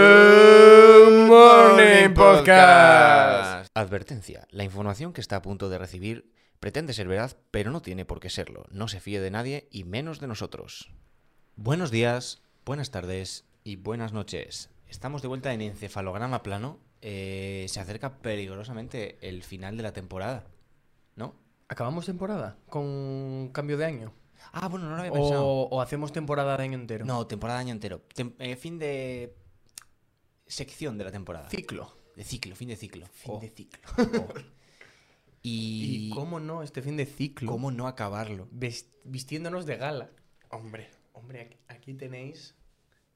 Good Morning Podcast. Advertencia, la información que está a punto de recibir pretende ser verdad, pero no tiene por qué serlo. No se fíe de nadie y menos de nosotros. Buenos días, buenas tardes y buenas noches. Estamos de vuelta en encefalograma plano. Eh, se acerca peligrosamente el final de la temporada, ¿no? ¿Acabamos temporada? ¿Con cambio de año? Ah, bueno, no lo había pensado. ¿O, o hacemos temporada de año entero? No, temporada de año entero. Tem- eh, fin de sección de la temporada. Ciclo. De ciclo, fin de ciclo. Fin Oh. de ciclo. Oh. ¿Y Y, cómo no este fin de ciclo? cómo no acabarlo. Ves- vistiéndonos de gala. Hombre, hombre, aquí, aquí tenéis.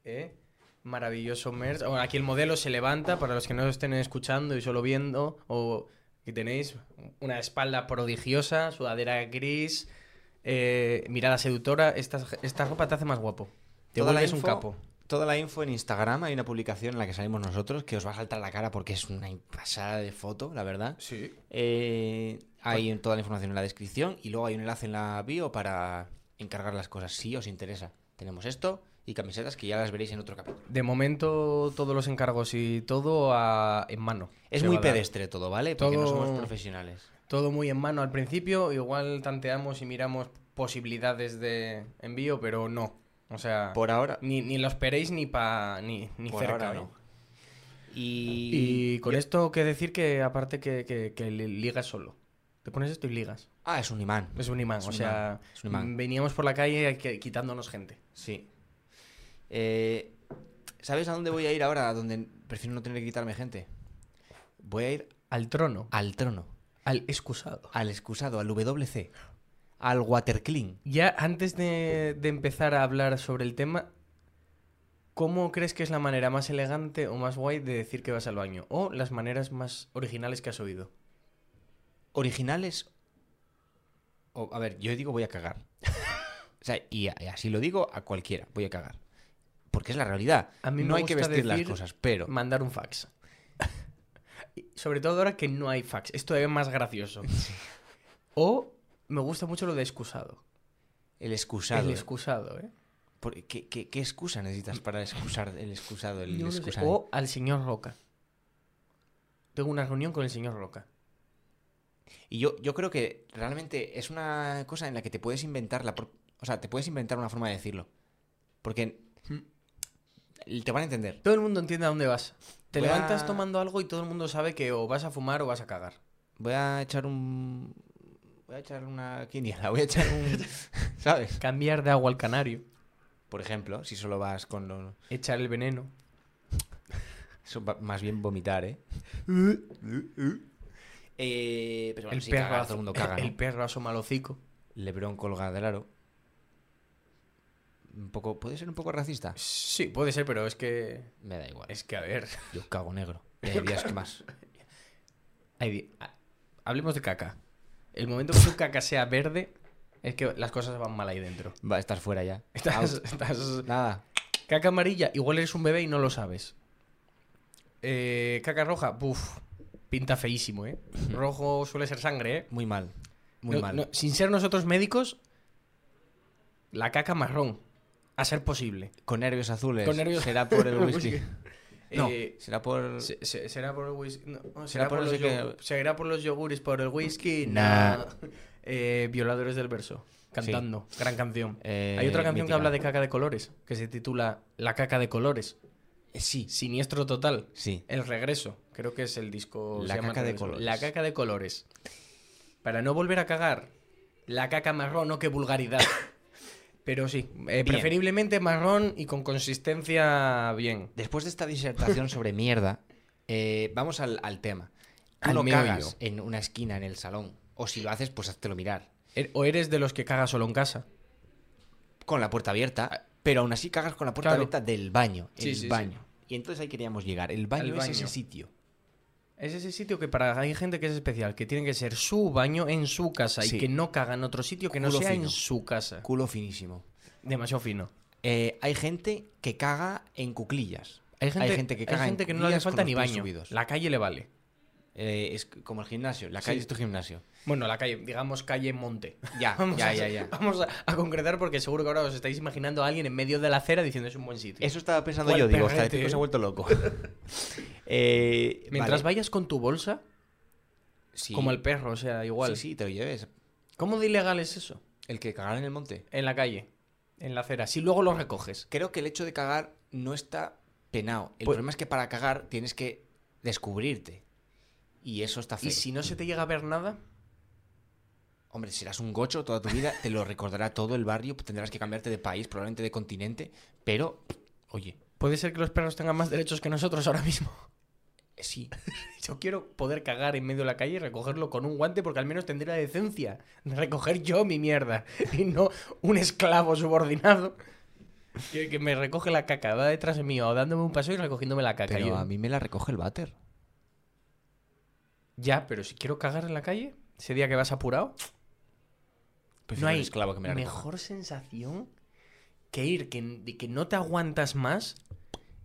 ¿eh? Maravilloso merch. Ahora, aquí el modelo se levanta para los que no estén escuchando y solo viendo. O aquí tenéis una espalda prodigiosa, sudadera gris, eh, mirada seductora. Esta, esta ropa te hace más guapo. Te Toda la vuelves un info- capo. Toda la info en Instagram, hay una publicación en la que salimos nosotros que os va a saltar la cara porque es una pasada de foto, la verdad. Sí. Eh, hay Pues toda la información en la descripción y luego hay un enlace en la bio para encargar las cosas si os interesa. Tenemos esto y camisetas que ya las veréis en otro capítulo. De momento, todos los encargos y todo a- en mano. Es Se muy va a dar. pedestre todo, ¿vale? Porque no Todo- somos profesionales. Todo muy en mano al principio, igual tanteamos y miramos posibilidades de envío, pero no. O sea, Por ahora, ni, ni lo esperéis ni pa ni, ni por cerca. ahora ¿eh? no. Y... Y con esto que decir que aparte que, que, que li- ligas solo. Te pones esto y ligas. Ah, es un imán. Es un imán, Es o un sea, imán, es un imán. veníamos por la calle que- quitándonos gente. Sí. Eh, ¿Sabes a dónde voy a ir ahora? A donde prefiero no tener que quitarme gente. Voy a ir Al trono, al trono, al excusado. al excusado, al WC, al water clean. Ya antes de, de empezar a hablar sobre el tema, ¿cómo crees que es la manera más elegante o más guay de decir que vas al baño? O las maneras más originales que has oído. Originales. o- a ver, yo digo voy a cagar. o sea, y, a- y así lo digo a cualquiera, voy a cagar. Porque es la realidad. A mí me no hay que gusta vestir las decir- cosas, pero. Mandar un fax. Y Sobre todo ahora que no hay fax. Esto es más gracioso. O me gusta mucho lo de excusado. El excusado. El excusado, ¿eh? Por- ¿Qué, qué- qué excusa necesitas para excusar el excusado? El No lo sé. excusado? O al señor Roca. Tengo una reunión con el señor Roca. Y yo, yo creo que realmente es una cosa en la que te puedes inventar la pro- o sea, te puedes inventar una forma de decirlo. Porque Mm. te van a entender. Todo el mundo entiende a dónde vas. Te Voy a- levantas tomando algo y todo el mundo sabe que o vas a fumar o vas a cagar. Voy a echar un voy a echar una quiniela, voy a echar un ¿sabes? Cambiar de agua al canario. Por ejemplo, si solo vas con lo Echar el veneno. eso va- más bien vomitar, ¿eh? Eh, pero bueno, el, sí, perro cagar, az- todo el mundo caga. el ¿no? perro asoma el hocico. Lebrón colgado del aro. Un poco puede ser un poco racista. Sí, puede ser, pero es que. Me da igual. Es que a ver. Yo cago negro. Y hay días que más. hay di- ha- Hablemos de caca. El momento que tu caca sea verde, es que las cosas van mal ahí dentro. Va, estás fuera ya. Estás, Out. estás- Nada. Caca amarilla, igual eres un bebé y no lo sabes. Eh, caca roja, buf. Pinta feísimo, ¿eh? Rojo suele ser sangre, ¿eh? Muy mal. Muy No- mal. no, sin ser nosotros médicos, la caca marrón, a ser posible. Con nervios azules. Con nervios- Será por el whisky. Whisky. no. Eh, Será por. se- se- será por el whisky. no, será, por por no los sé qué- yogur- será por los yogures, por el whisky. Nah. nah. Eh, Violadores del verso. Cantando. Gran canción. Eh, Hay otra canción mítica. que habla de caca de colores, que se titula La caca de colores. Eh, Sí. Siniestro total. Sí. El regreso. Creo que es el disco. se La llama El caca de Regreso. colores. La caca de colores. Para no volver a cagar. La caca marrón, no qué vulgaridad. Pero sí, eh, Bien. preferiblemente marrón y con consistencia bien. Después de esta disertación sobre mierda, eh, vamos al, al tema. Tú Al no meollo. cagas en una esquina en el salón. O si lo haces, pues háztelo mirar. Er- O eres de los que caga solo en casa. Con la puerta abierta. Pero aún así cagas con la puerta Ah. Claro. abierta del baño. Sí, el sí, sí. baño. Y entonces ahí queríamos llegar. El baño Al es baño. ese sitio. Es ese sitio que para hay gente que es especial, que tiene que ser su baño en su casa Sí. y que no caga en otro sitio que no Culo sea fino. en su casa. Culo finísimo. Demasiado fino. Eh, hay gente que caga en cuclillas. Hay gente, que caga en gente que no le hace cuclillas con falta los ni pies baño. subidos. La calle le vale. Eh, es como el gimnasio. La calle Sí. es tu gimnasio. Bueno, la calle, digamos calle Monte. Ya, Vamos ya, a- ya, ya. Vamos a, a concretar porque seguro que ahora os estáis imaginando a alguien en medio de la acera diciendo es un buen sitio. Eso estaba pensando ¿Cuál yo, digo, hasta perrete, Tico eh? se ha vuelto loco. Eh, Mientras vale, vayas con tu bolsa, sí, como el perro, o sea, igual. Sí, sí, te lo lleves. ¿Cómo de ilegal es eso? El que cagar en el monte. En la calle, en la acera, si luego lo recoges. Creo que el hecho de cagar no está penado. El Pues- problema es que para cagar tienes que descubrirte. Y eso está feo. Y si no se te llega a ver nada, Hombre, serás un gocho toda tu vida, te lo recordará todo el barrio, tendrás que cambiarte de país, probablemente de continente, pero, oye, puede ser que los perros tengan más derechos que nosotros ahora mismo. eh, sí. Yo quiero poder cagar en medio de la calle y recogerlo con un guante porque al menos tendré la decencia de recoger yo mi mierda y no un esclavo subordinado que, que me recoge la caca, va detrás mío o dándome un paseo y recogiéndome la caca. Yo- mí me la recoge el váter. Ya, pero si quiero cagar en la calle, ese día que vas apurado, Prefiero no hay un esclavo que me la recoja. mejor sensación que ir, que, de que no te aguantas más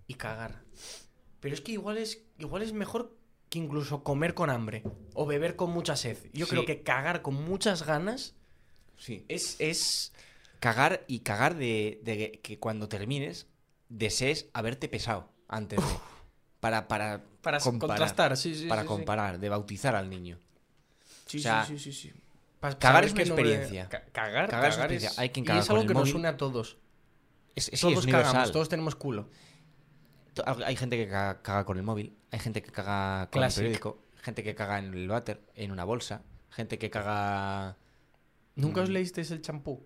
y cagar. Pero es que igual es, igual es mejor que incluso comer con hambre o beber con mucha sed. Yo Sí. creo que cagar con muchas ganas Sí. es... es... Cagar y cagar de, de que cuando termines desees haberte pesado antes de... Para, para, Para comparar, contrastar, sí, sí. para sí, sí. comparar, de bautizar al niño. Sí, O sea, sí, sí, sí, sí. Pa- sabes cagar es una que no le- experiencia. Ca- Cagar, cagar, Cagar es una es... experiencia. Hay quien y caga es con algo el que nos móvil. une a todos. Es, sí, es todos universal. cagamos, todos tenemos culo. To- Hay hay gente que caga, caga con el móvil, hay gente que caga con Classic. el periódico, gente que caga en el váter, en una bolsa, gente que caga... ¿Nunca os Mm. leísteis el champú?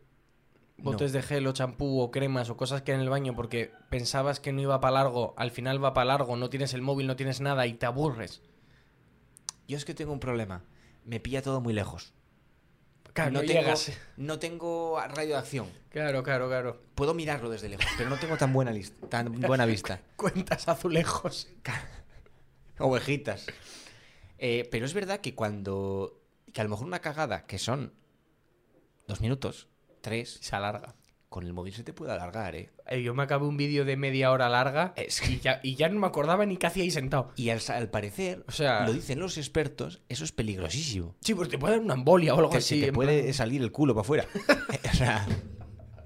No. Botes de gel o champú o cremas o cosas que hay en el baño porque pensabas que no iba para largo, al final va para largo, no tienes el móvil, no tienes nada y te aburres. Yo es que tengo un problema, me pilla todo muy lejos. Claro, no, tengo, llegas. no tengo radio de acción. Claro, claro, claro. Puedo mirarlo desde lejos, pero no tengo tan buena, lis- tan buena vista. Cuentas azulejos. Ovejitas. Eh, pero es verdad que cuando... Que a lo mejor una cagada, que son dos minutos, tres, Se alarga. con el móvil se te puede alargar, ¿eh? Eh, Yo me acabé un vídeo de media hora larga Es y ya, y ya no me acordaba ni qué hacía ahí sentado. Y al, sa- al parecer, O sea- lo dicen los expertos, eso es peligrosísimo. Sí, pues te puede dar una embolia o algo Te, se así. te en puede salir el culo para afuera. o sea,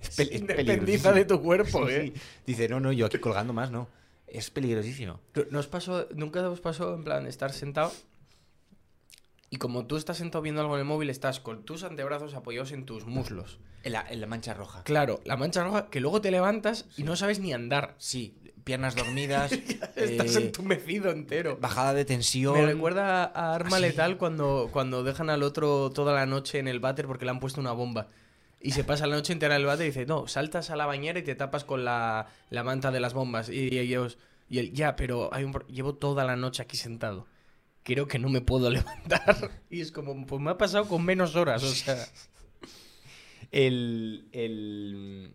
es, plan, pel- es Independiza de tu cuerpo, Sí, ¿eh? sí. Dice, no, no, yo aquí colgando más, no. Es peligrosísimo. No- no os pasó- nunca os pasó en plan estar sentado y como tú estás sentado viendo algo en el móvil, estás con tus antebrazos apoyados en tus muslos. En la, en la mancha roja. Claro, la mancha roja que luego te levantas y no sabes ni andar. Sí, piernas dormidas, Estás eh, entumecido entero. bajada de tensión. Me recuerda a Arma Así. Letal cuando, cuando dejan al otro toda la noche en el váter porque le han puesto una bomba. Y se pasa la noche entera en el váter y dice, no, saltas a la bañera y te tapas con la, la manta de las bombas. Y, y ellos, y él, ya, pero hay un pro- llevo toda la noche aquí sentado. Creo que no me puedo levantar. Y es como, pues me ha pasado con menos horas, o sea... El... el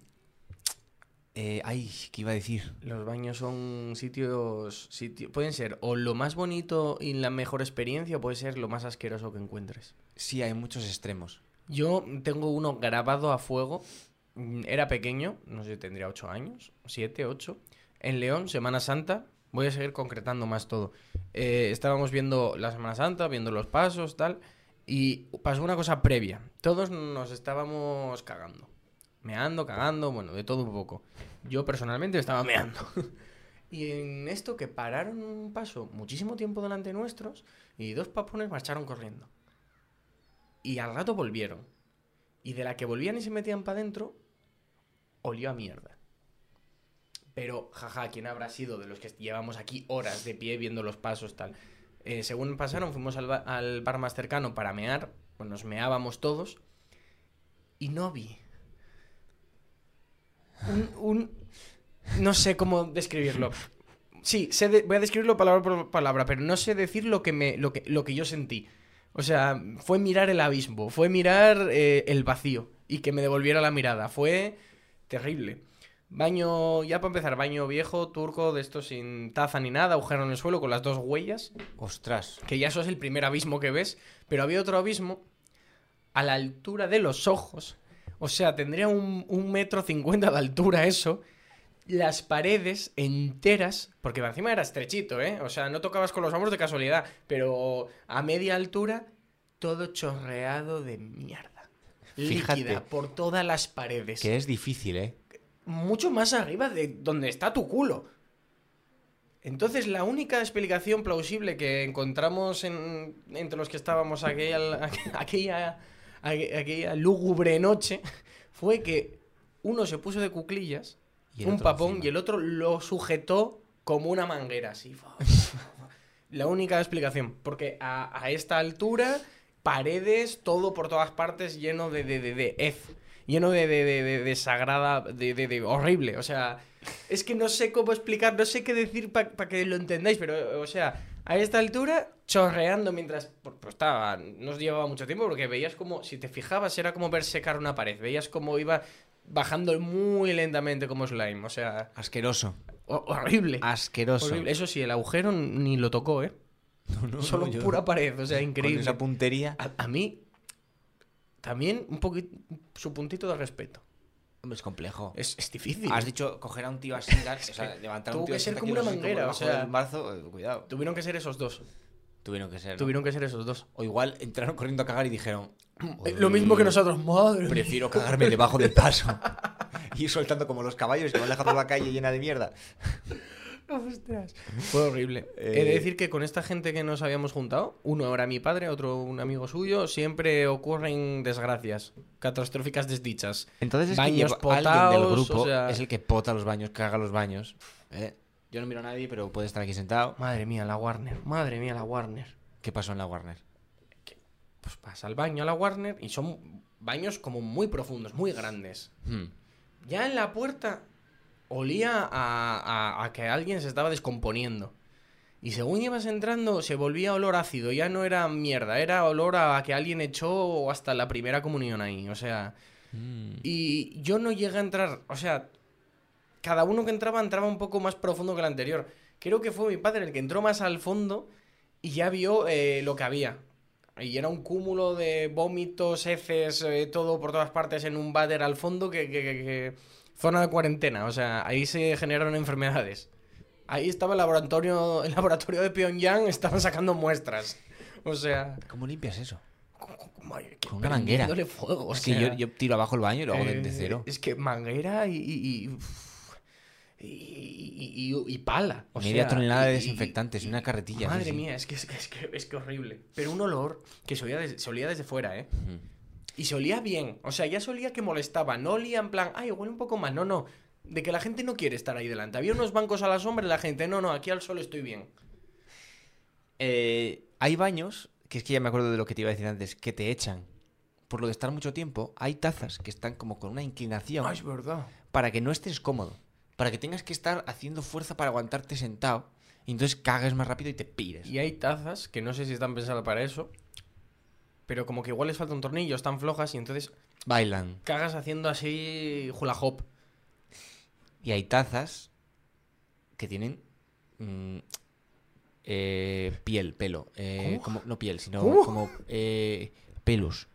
eh, ay, ¿qué iba a decir? Los baños son sitios, sitio- Pueden ser o lo más bonito y la mejor experiencia o puede ser lo más asqueroso que encuentres. Sí, hay muchos extremos. Yo tengo uno grabado a fuego. Mm, Era pequeño, no sé, tendría 8 años, 7, 8. En León, Semana Santa. Voy a seguir concretando más todo. Eh, estábamos viendo la Semana Santa, viendo los pasos, tal. Y pasó una cosa previa. Todos nos estábamos cagando. Meando, cagando, bueno, de todo un poco. Yo personalmente estaba meando. y en esto que pararon un paso muchísimo tiempo delante nuestros y dos papones marcharon corriendo. Y al rato volvieron. Y de la que volvían y se metían para adentro, olió a mierda. Pero, jaja, ¿quién habrá sido de los que llevamos aquí horas de pie viendo los pasos, tal? Eh, según pasaron, fuimos al, ba- al bar más cercano para mear, pues nos meábamos todos, y no vi. Un, un- No sé cómo describirlo. Sí, sé de- voy a describirlo palabra por palabra, pero no sé decir lo que, me, lo que, lo que yo sentí. O sea, fue mirar el abismo, fue mirar eh, el vacío y que me devolviera la mirada. Fue terrible. Baño, ya para empezar, baño viejo, turco, de esto sin taza ni nada, agujero en el suelo con las dos huellas, Ostras. que ya eso es el primer abismo que ves, pero había otro abismo a la altura de los ojos. O sea, tendría un, un metro cincuenta de altura eso, las paredes enteras, porque encima era estrechito, ¿eh? O sea, no tocabas con los hombros de casualidad, pero a media altura, todo chorreado de mierda. Líquida Fíjate. por todas las paredes. Que es difícil, ¿eh? Mucho más arriba de donde está tu culo. Entonces, la única explicación plausible que encontramos en- entre los que estábamos aquella, aquella, aquella, aquella lúgubre noche fue que uno se puso de cuclillas Y el un otro papón encima. y el otro lo sujetó como una manguera, así. La única explicación, porque a, a esta altura, paredes, todo por todas partes lleno de, de, de, de hez, lleno de, de, de, de- de sagrada, de, de- de horrible, o sea, es que no sé cómo explicar, no sé qué decir para que lo entendáis, pero, o sea, a esta altura, chorreando mientras, pues pues, estaba, no llevaba mucho tiempo, porque veías como, si te fijabas, era como ver secar una pared, veías como iba bajando muy lentamente como slime, o sea, Asqueroso. ho- horrible. Ah, Asqueroso. Horrible. Eso sí, el agujero ni lo tocó, ¿eh? No, no, Solo no, yo- pura pared, o sea, con increíble. esa puntería. A, a mí, también un poquito, su puntito de respeto. Hombre, es complejo. Es, es difícil. Has dicho coger a un tío así, dar- o sea, levantar a un tuvo tío que de ser 60 como una kilos así manguera, o debajo sea- del brazo, eh, cuidado. Tuvieron que ser esos dos. Tuvieron que ser. ¿no? Tuvieron que ser esos dos. O igual entraron corriendo a cagar y dijeron. Eh, Lo mismo que nosotros, madre. mía. Prefiero cagarme debajo del paso. Ir soltando como los caballos que van dejando la calle llena de mierda. Ostras. Fue horrible. Eh, He de decir que con esta gente que nos habíamos juntado, uno era mi padre, otro un amigo suyo, siempre ocurren desgracias, catastróficas desdichas. Entonces es Baños que lleva- alguien del potaos, grupo o sea- es el que pota los baños, caga los baños. ¿eh? Yo no miro a nadie, pero puede estar aquí sentado. Madre mía, la Warner. Madre mía, la Warner. ¿Qué pasó en la Warner? Pues pasa al baño a la Warner y son baños como muy profundos, muy grandes. Hmm. Ya en la puerta olía a, a- a que alguien se estaba descomponiendo. Y según ibas entrando, se volvía olor ácido. Ya no era mierda, era olor a que alguien echó hasta la primera comunión ahí. O sea, y yo no llegué a entrar, o sea, cada uno que entraba entraba un poco más profundo que el anterior. Creo que fue mi padre el que entró más al fondo y ya vio eh, lo que había. Y era un cúmulo de vómitos, heces, eh, todo por todas partes en un váter al fondo que, que- que- que- Zona de cuarentena, o sea, ahí se generaron enfermedades. Ahí estaba el laboratorio, el laboratorio de Pyongyang, estaban sacando muestras. O sea... ¿Cómo limpias eso? Con Con una manguera. fuego, o es que sea. yo, yo tiro abajo el baño y lo hago de- de Eh, cero. Es que manguera y. y, y- uf, y- y- y- y pala. o Media sea, tonelada de y- y- desinfectantes, y- una carretilla, sí, Madre sí. mía, es que es, que, es, que, es que horrible. Pero un olor que se olía, des- se olía desde fuera, ¿eh? Hmm. Y se olía bien. O sea, ya se olía que molestaba. No olía en plan, ay, huele un poco más. No, no. De que la gente no quiere estar ahí delante. Había unos bancos a la sombra y la gente, no, no, aquí al sol estoy bien. Eh, hay baños, que es que ya me acuerdo de lo que te iba a decir antes, que te echan. Por lo de estar mucho tiempo, hay tazas que están como con una inclinación Ah, es verdad. para que no estés cómodo. Para que tengas que estar haciendo fuerza para aguantarte sentado. Y entonces cagas más rápido y te pires. Y hay tazas que no sé si están pensadas para eso. Pero como que igual les falta un tornillo, están flojas y entonces Bailan. cagas haciendo así hula hop. Y hay tazas que tienen mm, eh, piel, pelo. eh, ¿Cómo? como- no piel, sino ¿Cómo? como eh, pelos.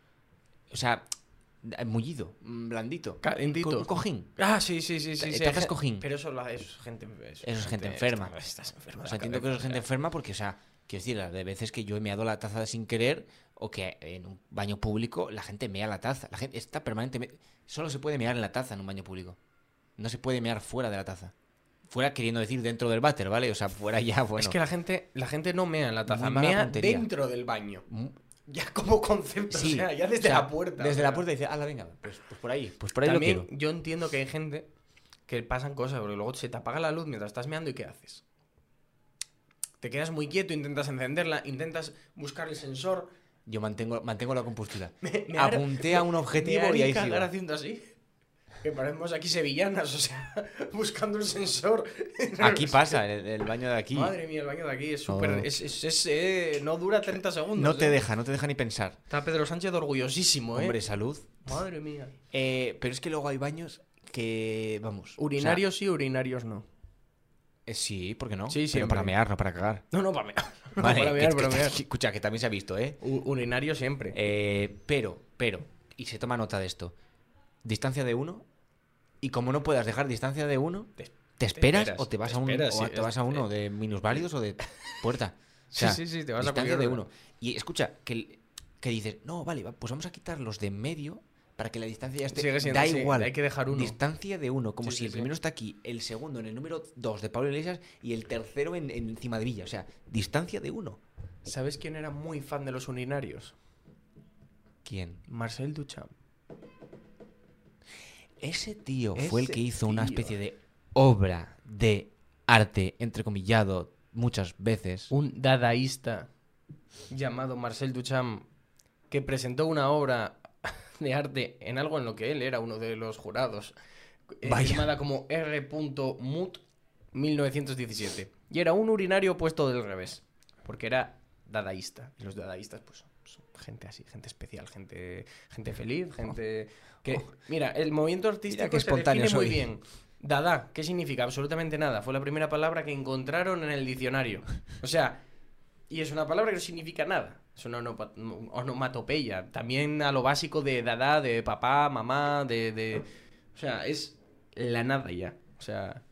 O sea, mullido, mm, blandito. Calentito. Con un cojín. Ah, sí, sí, sí, Te- sí. sí, te hay haces gen- cojín. Pero eso, la- eso es gente Eso, es gente enferma. Estás, estás enferma. O de sea, la entiendo que eso cabeza, es gente o sea. enferma porque, o sea, quiero decir, las de veces que yo he meado la taza sin querer o que en un baño público la gente mea la taza. La gente está permanentemente... Solo se puede mear en la taza en un baño público. No se puede mear fuera de la taza. Fuera queriendo decir dentro del váter, ¿vale? O sea, fuera ya, bueno. Es que la gente, la gente no mea en la taza, Muy mala mea puntería. dentro del baño. Mm, Ya como concepto, sí, o sea, ya o desde sea, la puerta. o Desde sea. la puerta dice, ala, venga, pues, pues por ahí, pues por ahí También lo quiero. yo entiendo que hay gente que pasan cosas, porque luego se te apaga la luz mientras estás meando y ¿qué haces? Te quedas muy quieto, intentas encenderla, intentas buscar el sensor. Yo mantengo, mantengo la compostura. Mear- Apunté a un objetivo mear y ahí cagar sigo. haciendo así. Que parecemos aquí sevillanas, o sea, buscando un sensor. Aquí pasa, en el, el baño de aquí. Madre mía, el baño de aquí es súper. No. es- es- es, eh, no dura 30 segundos. no te eh. deja, no te deja ni pensar. Está Pedro Sánchez orgullosísimo, ¿eh? Hombre, salud. Madre mía. Eh, pero es que luego hay baños que, vamos. o Urinarios sí, urinarios no. sea, eh, sí, ¿por qué no? Sí, Pero siempre. para mear, no para cagar. No, no, para mear. No, Vale, para que- mear, que- para que- mear. escucha, que también se ha visto, ¿eh? U- Urinario siempre. Eh, Pero, pero, y se toma nota de esto: distancia de uno. Y como no puedas dejar distancia de uno, Te- ¿Te esperas, esperas, o te vas te a, un- esperas, o sí, a- te vas a es- eh. uno de minusválidos o de puerta? O sea, sí, sí, sí, te vas a distancia cualquier de hora. uno. Y escucha, que, el- que dices, no, vale, va, pues vamos a quitar los de en medio para que la distancia ya esté. Sigue siendo da así, igual. hay que dejar uno. Distancia de uno, como Sí, si sí, el sí. primero está aquí, el segundo en el número 2 de Pablo Iglesias y el tercero en, en encima de Villa. O sea, distancia de uno. ¿Sabes quién era muy fan de los urinarios? ¿Quién? Marcel Duchamp. Ese tío fue el Ese que hizo una tío. especie de obra de arte, entrecomillado, muchas veces. Un dadaísta llamado Marcel Duchamp que presentó una obra de arte en algo en lo que él era uno de los jurados. eh, Vaya. Firmada como R.Mut 1917. Y era un urinario puesto del revés. Porque era dadaísta. Y los dadaístas, pues, son- son gente así, gente especial, gente, gente feliz, gente. Que, mira, el movimiento artístico que se define espontáneo muy soy. bien. Dada, ¿qué significa? Absolutamente nada. Fue la primera palabra que encontraron en el diccionario. O sea, y es una palabra que no significa nada. Es una onopa- onomatopeya. También a lo básico de dada, de papá, mamá, de, de- O sea, es la nada ya. O sea,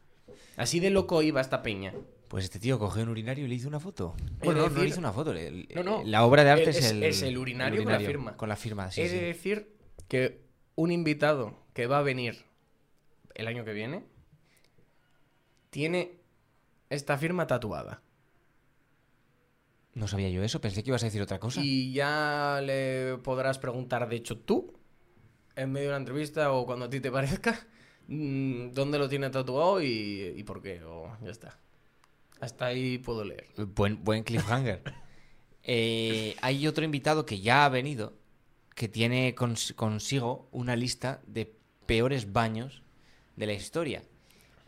así de loco iba esta peña. Pues este tío cogió un urinario y le hizo una foto. He de Bueno, no, no le decir- hizo una foto. le- le- No, no. La obra de arte Es- es, el, es el urinario con la firma. Con la firma, sí, He sí. de decir que un invitado que va a venir el año que viene tiene esta firma tatuada. No sabía yo eso, pensé que ibas a decir otra cosa. Y ya le podrás preguntar, de hecho, tú, en medio de una entrevista o cuando a ti te parezca, mm, dónde lo tiene tatuado y, y por qué, o ya está. Hasta ahí puedo leer. Buen, buen cliffhanger. Eh, hay otro invitado que ya ha venido, que tiene cons- consigo una lista de peores baños de la historia.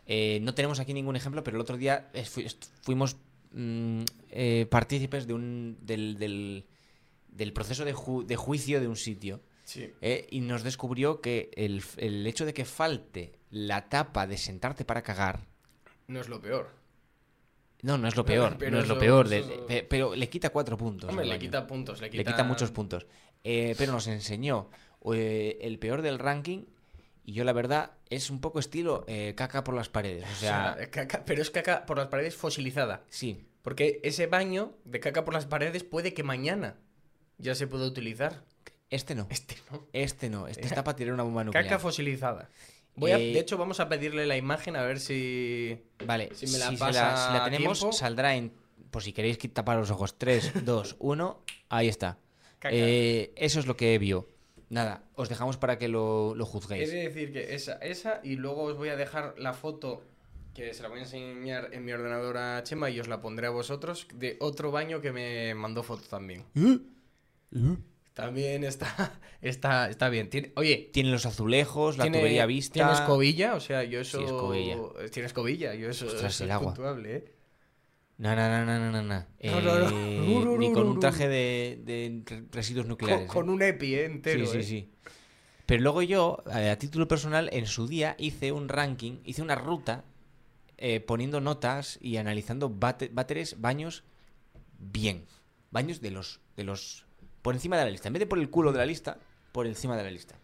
Eh, no tenemos aquí ningún ejemplo, pero el otro día es- fu- est- fuimos mm, eh, partícipes de un, del, del- del proceso de, ju- de juicio de un sitio. Sí. eh, y nos descubrió que el, f- el hecho de que falte la tapa de sentarte para cagar No es lo peor. no, no es lo peor. Pero no es lo eso- peor. de- eso- de- pero le quita cuatro puntos. Hombre, al le baño. quita puntos, le Le quita... quita muchos puntos. Eh, pero nos enseñó eh, el peor del ranking. Y yo, la verdad, es un poco estilo eh, caca por las paredes. O O sea, sea, caca- pero es caca por las paredes fosilizada. sí. Porque ese baño de caca por las paredes puede que mañana ya se pueda utilizar. Este no. Este no. Este no. Este está para tirar una bomba nuclear. Caca fosilizada. Voy a- Eh, de hecho, vamos a pedirle la imagen a ver si... Vale, Si si, me la se pasa si a la tenemos, tiempo. saldrá en. Por si queréis qui- tapar los ojos. 3, 2, 1. Ahí está. Caca. Eh, eso es lo que vio. Nada, os dejamos para que lo, lo He juzguéis. de decir que esa, esa, y luego os voy a dejar la foto que se la voy a enseñar en mi ordenador a Chema y os la pondré a vosotros, de otro baño que me mandó foto también. ¿Eh? También está, está, está bien. Tiene- oye, Tiene los azulejos, la tiene, tubería vista. tiene escobilla, o sea, yo eso... Sí, escobilla. Tiene escobilla, yo eso, Ostras, eso el es agua. puntuable, ¿eh? No, no, no, no, no, No, no, no. no, no. Eh, Ru, ru, Ni ru, con ru, un ru. traje de, de re- residuos Con, nucleares. con eh. un epi eh, entero, Sí, sí, ¿eh? sí. Pero luego yo, eh, a título personal, en su día hice un ranking, hice una ruta eh, poniendo notas y analizando bate- váteres, baños bien. Baños de los, de los. Por encima de la lista. En vez de por el culo de la lista, por encima de la lista.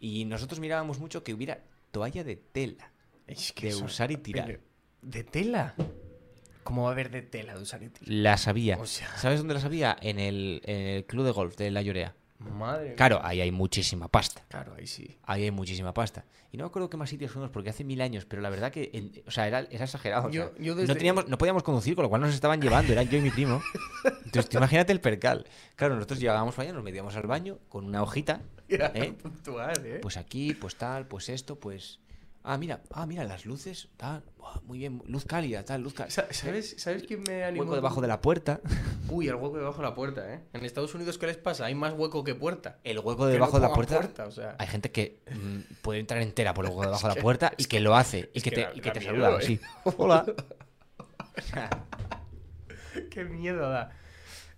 Y nosotros mirábamos mucho que hubiera toalla de tela. Es De eso- usar y tirar. pero, ¿De tela? ¿Cómo va a haber de tela de usar y tirar? Las había. O sea- ¿Sabes dónde las había? En el, en el club de golf de la Llorea. Madre mía. Claro, ahí hay muchísima pasta. Claro, ahí sí. Ahí hay muchísima pasta. Y no me acuerdo qué más sitios fuimos porque hace mil años, pero la verdad que, en- o sea, era, era exagerado. o sea, Yo- yo desde- no, teníamos, no podíamos conducir, con lo cual nos estaban llevando, eran yo y mi primo. Entonces, tú imagínate el percal. Claro, nosotros llegábamos para allá, nos metíamos al baño con una hojita. Era ¿eh? puntual, ¿eh? Pues aquí, pues tal, pues esto, pues... Ah, mira, ah, mira, las luces, tal, buah, muy bien, luz cálida, tal, luz cálida. Sa- ¿Sabes, ¿Sabes quién me animó? Hueco debajo de la puerta. Uy, el hueco debajo de la puerta, ¿eh? En Estados Unidos, ¿qué les pasa? Hay más hueco que puerta. El hueco Que debajo no de la pongan puerta. o sea. Hay gente que mm, puede entrar entera por el hueco debajo de la puerta y que lo hace y que, que te, da- y que da te miedo, saluda. ¿eh? sí. Hola. Qué miedo da.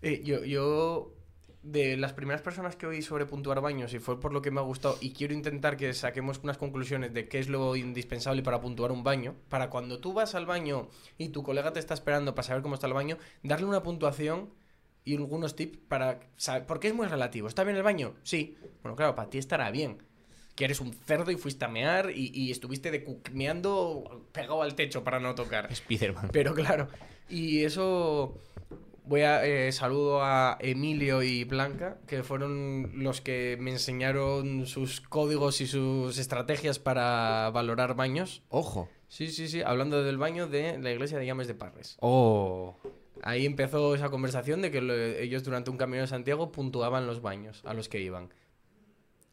Eh, yo, yo, de las primeras personas que oí sobre puntuar baños, y fue por lo que me ha gustado, y quiero intentar que saquemos unas conclusiones de qué es lo indispensable para puntuar un baño, para cuando tú vas al baño y tu colega te está esperando para saber cómo está el baño, darle una puntuación y algunos tips para saber, porque es muy relativo. ¿Está bien el baño? Sí. Bueno, claro, para ti estará bien. que eres un cerdo y fuiste a mear y, y estuviste de cucmeando pegado al techo para no tocar. Spiderman. Pero claro, y eso voy a eh, saludo a Emilio y Blanca, que fueron los que me enseñaron sus códigos y sus estrategias para valorar baños. Ojo. Sí, sí, sí, hablando del baño de la iglesia de Llames de Parres. Oh. Ahí empezó esa conversación de que lo- ellos durante un camino de Santiago puntuaban los baños a los que iban.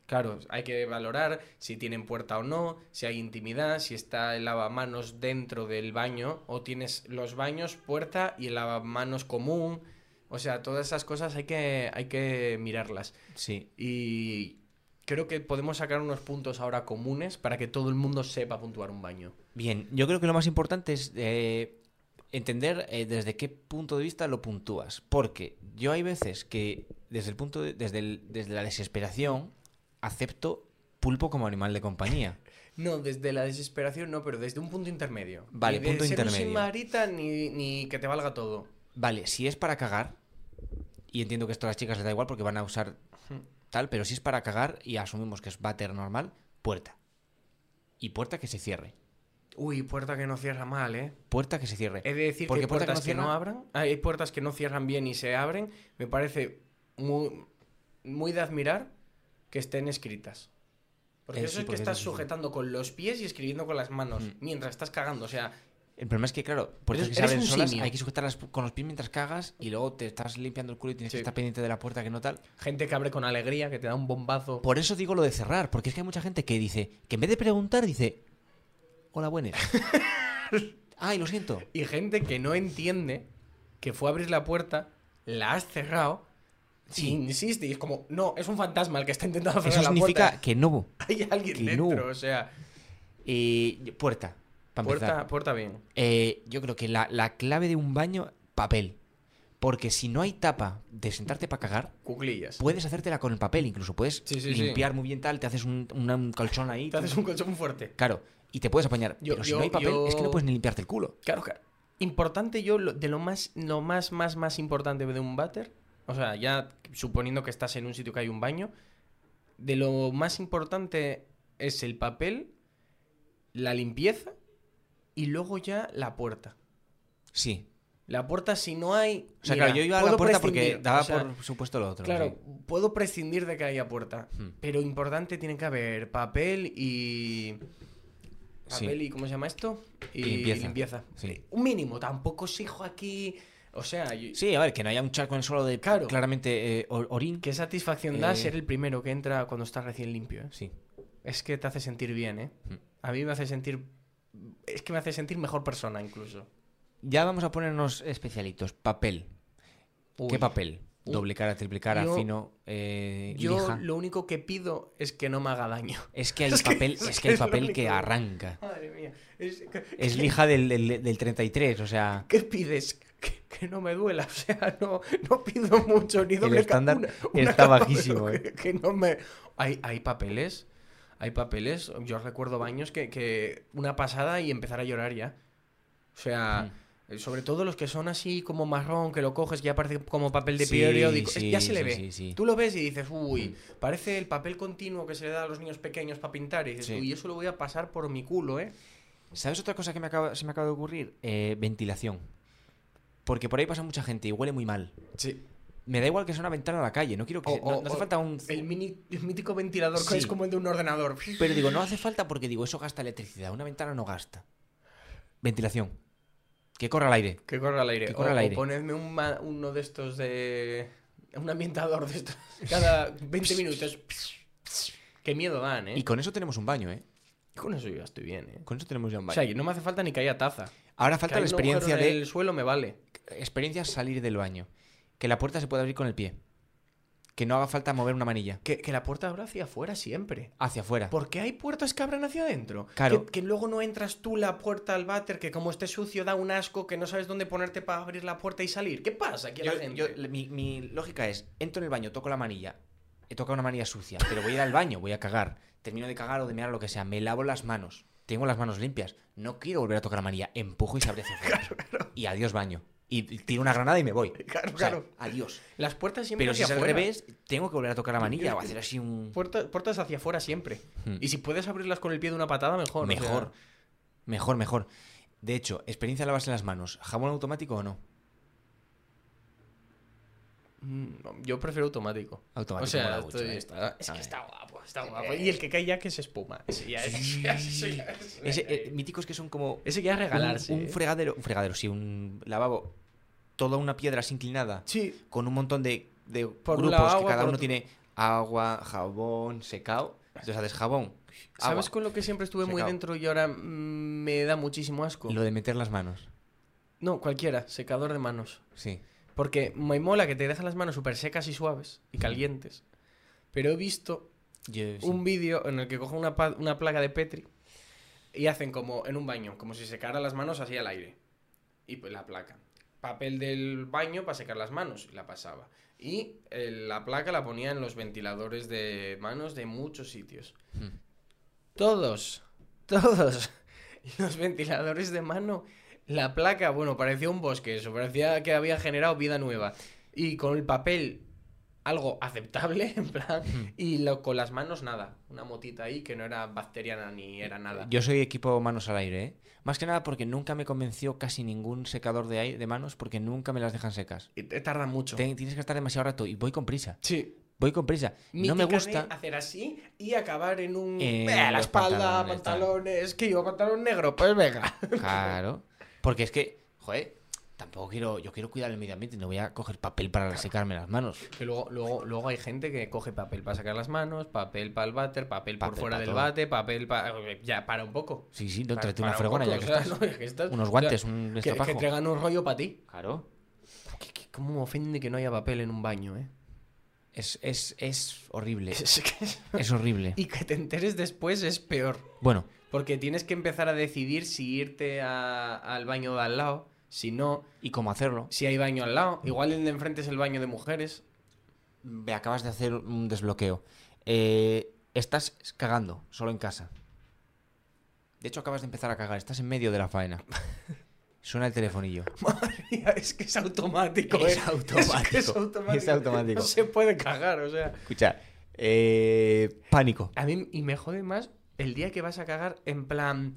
Claro, hay que valorar si tienen puerta o no, si hay intimidad, si está el lavamanos dentro del baño o tienes los baños, puerta y el lavamanos común. O sea, todas esas cosas hay que, hay que mirarlas. Sí. Y creo que podemos sacar unos puntos ahora comunes para que todo el mundo sepa puntuar un baño. Bien, yo creo que lo más importante es eh, entender eh, desde qué punto de vista lo puntúas. Porque yo hay veces que desde el punto de- desde, el- desde la desesperación acepto pulpo como animal de compañía. No, desde la desesperación no, pero desde un punto intermedio. Vale, ni de punto ser un intermedio. sin marita ni, ni que te valga todo. Vale, si es para cagar, y entiendo que esto a las chicas les da igual porque van a usar tal, pero si es para cagar y asumimos que es váter normal, puerta. Y puerta que se cierre. Uy, puerta que no cierra mal, ¿eh? Puerta que se cierre. He de decir Porque que hay puerta que puertas no que no, cierra- abran. ah, Hay puertas que no cierran bien y se abren. Me parece muy, muy de admirar que estén escritas. Porque Eh, eso sí, es porque que es estás difícil. sujetando con los pies y escribiendo con las manos Mm. mientras estás cagando. O sea, El problema es que, claro, Eres- puertas que se eres abren un solas simio. hay que sujetarlas con los pies mientras cagas y luego te estás limpiando el culo y tienes que Sí. estar pendiente de la puerta que no tal. gente que abre con alegría, que te da un bombazo. Por eso digo lo de cerrar, porque es que hay mucha gente que dice, que en vez de preguntar, dice, hola, buenas. Ay, lo siento. Y gente que no entiende que fue a abrir la puerta, la has cerrado, Sí. sí. insiste, y es como, no, es un fantasma el que está intentando cerrar Eso la significa puerta. que no hubo. Hay alguien que dentro, no. o sea, Eh, puerta, para empezar. puerta, puerta bien. Eh, yo creo que la, la clave de un baño, papel. Porque si no hay tapa de sentarte para cagar, Cuclillas. puedes hacértela con el papel, incluso puedes Sí, sí, sí. limpiar muy bien tal, te haces un, un- un colchón ahí. Te haces un colchón fuerte. Claro, y te puedes apañar. Yo- pero si yo- no hay papel, es que no yo- puedes ni limpiarte el culo. Claro, claro. Importante yo, lo- de lo más, lo más, más, más importante de un váter, o sea, ya suponiendo que estás en un sitio que hay un baño, de lo más importante es el papel, la limpieza y luego ya la puerta. Sí. La puerta, si no hay. O sea, mira, claro, yo iba a la puedo puerta porque prescindir, daba o sea, por supuesto lo otro. Claro, sí. puedo prescindir de que haya puerta. Hmm. Pero importante tiene que haber papel y. Sí. Papel y. ¿Cómo se llama esto? Y limpieza. Sí. Sí. Un mínimo, tampoco exijo aquí. O sea, yo- Sí, a ver, que no haya un charco en el suelo de Claro. claramente eh, or- orín. qué satisfacción da Eh. ser el primero que entra cuando estás recién limpio. ¿eh? Sí. Es que te hace sentir bien, ¿eh? Hmm. A mí me hace sentir. Es que me hace sentir mejor persona incluso. Ya vamos a ponernos especialitos. Papel. Uy. ¿Qué papel? Uy. Doble cara, triple cara, Yo- fino, eh, Yo lija. lo único que pido es que no me haga daño. Es que hay Es que- papel, es es que que hay es lo papel único. que arranca. Madre mía. Es- Es lija del, del, del 33, o sea, ¿Qué pides? Que, que no me duela, o sea, no, no pido mucho, ni doble ca- estándar una- está capa, bajísimo, eh. pero Que, que no me... Hay, hay papeles, hay papeles, yo recuerdo baños que, que una pasada y empezar a llorar ya. O sea, Hmm. eh, sobre todo los que son así como marrón, que lo coges, que ya parece como papel de Sí, periódico, es- sí, ya se le sí, ve. sí, sí. Hmm. Tú lo ves y dices, uy, parece el papel continuo que se le da a los niños pequeños para pintar, y dices, Sí. uy, eso lo voy a pasar por mi culo, ¿eh? ¿sabes otra cosa que me acaba, se me acaba de ocurrir? Eh, ventilación. Porque por ahí pasa mucha gente y huele muy mal. Sí. Me da igual que sea una ventana a la calle, no quiero que... O- no, o- no hace o falta un... El, mini- el mítico ventilador que Sí. es como el de un ordenador. Pero digo, no hace falta porque digo, eso gasta electricidad, una ventana no gasta. Ventilación. Que corra el aire. Que corra el aire. Que corra o, el o aire. ponedme un ma- uno de estos de. Un ambientador de estos. Cada 20 minutos. Qué miedo dan, ¿eh? Y con eso tenemos un baño, ¿eh? con eso yo ya estoy bien, ¿eh? Con eso tenemos ya un O baño. sea, yo no me hace falta ni que haya taza. Ahora Que falta haya la un agujero experiencia en de... el suelo me vale. experiencia es salir del baño. Que la puerta se pueda abrir con el pie. Que no haga falta mover una manilla. Que, que la puerta abra hacia afuera siempre. Hacia afuera. Porque hay puertas que abran hacia adentro. Claro. Que, que luego no entras tú la puerta al váter, que como esté sucio da un asco, que no sabes dónde ponerte para abrir la puerta y salir. ¿Qué pasa aquí a la Yo- gente? yo- mi, mi lógica es, entro en el baño, toco la manilla. He tocado una manilla sucia, pero voy a ir al baño, voy a cagar. Termino de cagar o de mirar lo que sea. Me lavo las manos. Tengo las manos limpias. No quiero volver a tocar la manilla. Empujo y se abre hacia afuera. Y adiós baño. y tiro una granada y me voy. Claro, O sea, claro. Adiós. Las puertas siempre Pero si hacia es al afuera. revés, tengo que volver a tocar la manilla o hacer así un... Puerta- puertas hacia afuera siempre. Hmm. Y si puedes abrirlas con el pie de una patada, mejor. o sea, Mejor. Mejor, mejor. De hecho, experiencia de lavarse las manos. ¿Jabón automático o no? mm, yo prefiero automático. Automático O sea, mola mucho, estoy- ¿eh? está- es A que ver. eh. está guapo, está guapo. Y el que cae ya que es espuma. Ese ya es. ese ya es- Ese, eh, míticos que son como... Ese ya es un- regalarse. Un, ¿eh? fregadero, un fregadero, sí, un lavabo. Toda una piedra así inclinada. Sí, Con un montón de, de Por un grupos lado que agua, cada por uno otro- tiene agua, jabón, secado. Entonces haces jabón. agua. ¿Sabes con lo que siempre estuve muy Secao. dentro y ahora mm, me da muchísimo asco? Lo de meter las manos. No, cualquiera, secador de manos. Sí. Porque me mola que te dejan las manos súper secas y suaves y calientes. Pero he visto Yo- sí. un vídeo en el que cogen una, pa- una placa de Petri y hacen como en un baño, como si secaran las manos así al aire. Y pues la placa. Papel del baño para secar las manos, la pasaba. Y eh, la placa la ponía en los ventiladores de manos de muchos sitios. Hmm. Todos, todos los ventiladores de mano, la placa, bueno, parecía un bosque eso, parecía que había generado vida nueva. Y con el papel, algo aceptable, en plan, y lo- con las manos nada, una motita ahí que no era bacteriana ni era nada. Yo soy equipo manos al aire, ¿eh? Más que nada porque nunca me convenció casi ningún secador de, aire- de manos porque nunca me las dejan secas. Y te tarda mucho. Ten- tienes que estar demasiado rato y voy con prisa. Sí. Voy con prisa. no me Mítica de gusta. hacer así y acabar en un... Eh, Eh, la los espalda, pantalones, pantalones, que yo pantalón negro, pues venga. Claro. Porque es que, joder, tampoco quiero. Yo quiero cuidar el medio ambiente. No voy a coger papel para secarme las manos. Que luego, luego, luego hay gente que coge papel para sacar las manos, papel para el váter, papel, Papel por fuera pa' del todo. bate, papel para... Ya, para un poco. Sí, sí, no, Para- tráete una para un fregona poco, ya que o sea, estás. no, ya que estás. Unos O guantes, sea, un que- que, estafajo. traigan un rollo para ti. Claro. Que- que- ¿Cómo me ofende que no haya papel en un baño, eh? Es, es, es horrible. Es que- Es horrible. y que te enteres después es peor. Bueno, Porque tienes que empezar a decidir si irte a- al baño de al lado, si no, ¿y cómo hacerlo? si hay baño al lado. Igual el de enfrente es el baño de mujeres. Me acabas de hacer un desbloqueo. Eh, estás cagando, solo en casa. De hecho, acabas de empezar a cagar, estás en medio de la faena. Suena el telefonillo. es que es automático, Es eh. Es, que es automático, automático. es automático. No se puede cagar, o sea. Escucha, eh, pánico. A mí, y me jode más el día que vas a cagar en plan.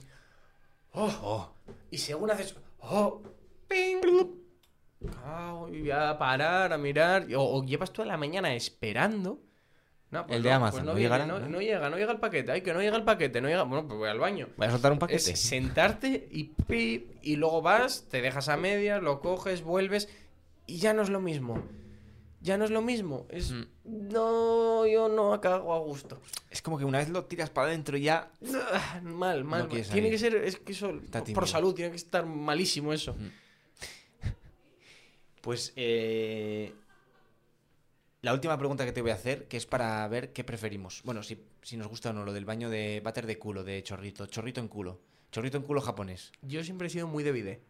Oh, Oh, Y según haces. ¡Oh! ¡Ping! Cago, y voy a parar, a mirar. O, o llevas toda la mañana esperando. No, pues El de Amazon, no, ¿no viene, llegará? no, ¿No? no llega, no llega el paquete. Ay, que no llega el paquete, no llega. Bueno, pues voy al baño. voy a soltar un paquete. Es sentarte y pip, y luego vas, te dejas a medias, lo coges, vuelves y ya no es lo mismo. Ya no es lo mismo. Es. Mm. No, yo no cago a gusto. Es como que una vez lo tiras para adentro ya. Ah, Mal, mal. mal. quieres tiene salir. que ser. Es que eso. Está por- tímido. por salud, tiene que estar malísimo eso. Pues eh, la última pregunta que te voy a hacer, que es para ver qué preferimos. Bueno, si, si nos gusta o no, lo del baño de váter de culo, de chorrito, chorrito en culo. Chorrito en culo japonés. Yo siempre he sido muy de bidet.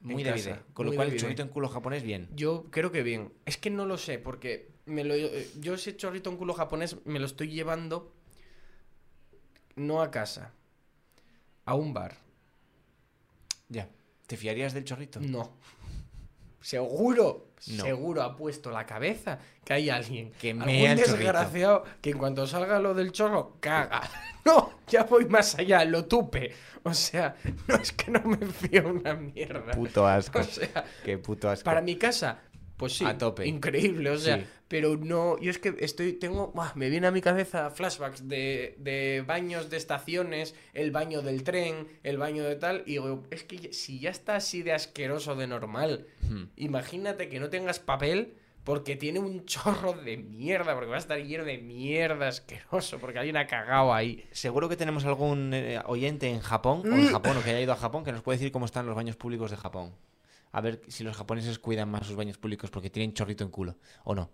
Muy En de casa, bidet. Con lo muy cual, de el bidet. chorrito en culo japonés, bien. Yo creo que bien. Es que no lo sé, porque me lo, eh, yo ese chorrito en culo japonés me lo estoy llevando no a casa, a un bar. Ya. ¿Te fiarías del chorrito? No. Seguro, No. seguro ha puesto la cabeza que hay alguien. Que mea algún el chorrito. desgraciado que en cuanto salga lo del chorro, caga. No, ya voy más allá, lo tupe. O sea, no es que no me fío una mierda. Puto asco. O sea, Qué puto asco. Para mi casa, pues sí. A tope. Increíble, o sea. Sí. Pero no, yo es que estoy, tengo, buah, me viene a mi cabeza flashbacks de, de baños de estaciones, el baño del tren, el baño de tal, y digo, es que ya- si ya está así de asqueroso de normal, Hmm. imagínate que no tengas papel porque tiene un chorro de mierda, porque va a estar lleno de mierda asqueroso, porque alguien ha cagado ahí. Seguro que tenemos algún eh, oyente en Japón, o Mm. en Japón, o que haya ido a Japón, que nos puede decir cómo están los baños públicos de Japón. A ver si los japoneses cuidan más sus baños públicos porque tienen chorrito en culo, o no.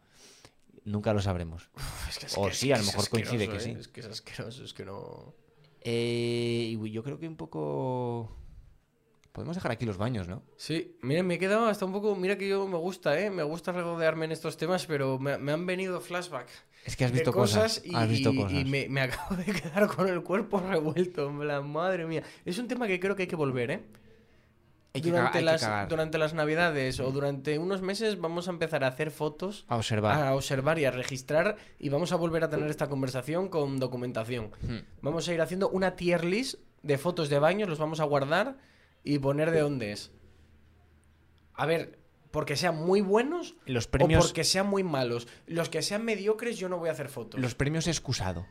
Nunca lo sabremos. Es que- es O que- es sí, a que lo es mejor coincide asqueroso, que ¿eh? sí. Es que es asqueroso, es que no... Eh, y yo creo que un poco... Podemos dejar aquí los baños, ¿no? Sí, mira, me he quedado hasta un poco. Mira que yo me gusta, ¿eh? Me gusta regodearme en estos temas, pero me, me han venido flashbacks. Es que has visto cosas. y, has visto y- cosas. y me, me acabo de quedar con el cuerpo revuelto. En plan, madre mía. Es un tema que creo que hay que volver, ¿eh? Hay que cagar- durante, hay que las, cagar. durante las navidades o durante unos meses vamos a empezar a hacer fotos, A observar. a observar y a registrar y vamos a volver a tener esta conversación con documentación. Hmm. Vamos a ir haciendo una tier list de fotos de baños, los vamos a guardar y poner de dónde es. A ver, porque sean muy buenos Los premios. o porque sean muy malos. Los que sean mediocres yo no voy a hacer fotos. Los premios excusado.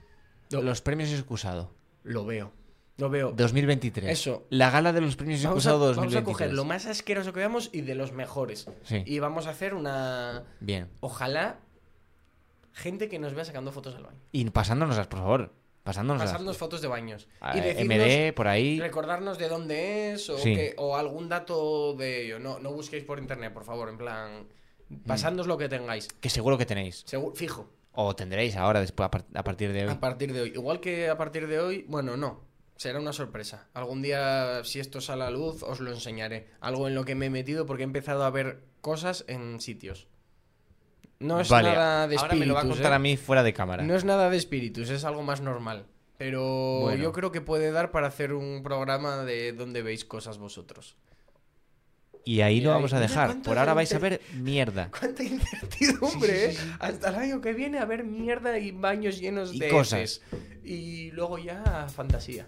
No. Los premios excusado. Lo veo. Lo veo. 2023. Eso. La gala de los premios Vamos a, excusado vamos a 2023. coger lo más asqueroso que veamos y de los mejores. Sí. Y vamos a hacer una... Bien. Ojalá gente que nos vea sacando fotos al baño. Y pasándonoslas, por favor. Pasándonoslas. Pasarnos fotos de baños. A- Y decirnos, MD, por ahí. recordarnos de dónde es o, Sí. que- o algún dato de ello. No, no busquéis por internet, por favor. En plan, Mm. pasadnos lo que tengáis. Que seguro que tenéis. Segu- fijo. O tendréis ahora, después, a, par- a partir de hoy. A partir de hoy. Igual que a partir de hoy, bueno, no. Será una sorpresa. Algún día, si esto sale a la luz, os lo enseñaré. Algo en lo que me he metido porque he empezado a ver cosas en sitios. No es Vale, nada de Ahora me lo va a espíritus, contar ¿eh? a mí fuera de cámara. No es nada de espíritus, es algo más normal. Pero Bueno. yo creo que puede dar para hacer un programa de donde veis cosas vosotros. Y ahí lo Mira, vamos a mira dejar. cuánto Por ahora gente- vais a ver mierda. ¡Cuánta incertidumbre! ¿eh? Hasta el año que viene a ver mierda y baños llenos Y de cosas. heces. Y luego ya fantasía.